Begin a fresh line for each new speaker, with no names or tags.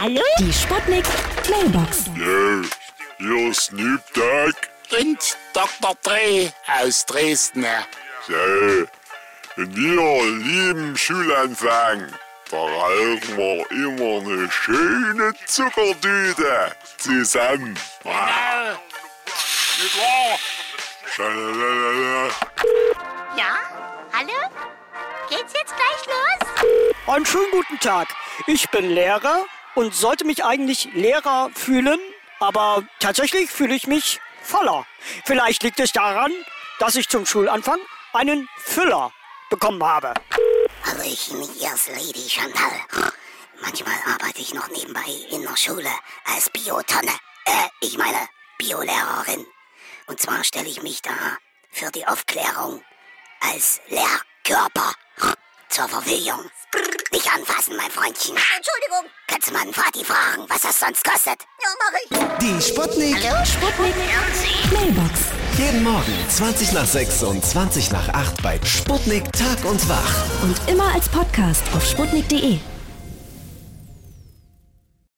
Hallo?
Die Sputnik Mailbox.
Yo, yo Snoop Dogg.
und Dr. Dre aus Dresden.
Yo. Und ihr lieben Schulanfang, da rauchen wir immer eine schöne Zuckertüte zusammen. Ah, schalalala.
Ja? Hallo? Geht's jetzt gleich los?
Einen schönen guten Tag. Ich bin Lehrer und sollte mich eigentlich Lehrer fühlen, aber tatsächlich fühle ich mich voller. Vielleicht liegt es daran, dass ich zum Schulanfang einen Füller bekommen habe.
Hallöchen, hier ist Also Lady Chantal. Manchmal arbeite ich noch nebenbei in der Schule als Biotonne. Äh, ich meine Biolehrerin. Und zwar stelle ich mich da für die Aufklärung als Lehrkörper zur Verfügung. Nicht anfassen, mein Freundchen.
Ah,
Entschuldigung. Kannst du meinen Vati fragen, was das sonst kostet? Ja, mach ich.
Die Sputnik.
Mailbox.
Jeden Morgen 20 nach 6 und 20 nach 8 bei Sputnik Tag und Wach.
Und immer als Podcast auf E. sputnik.de.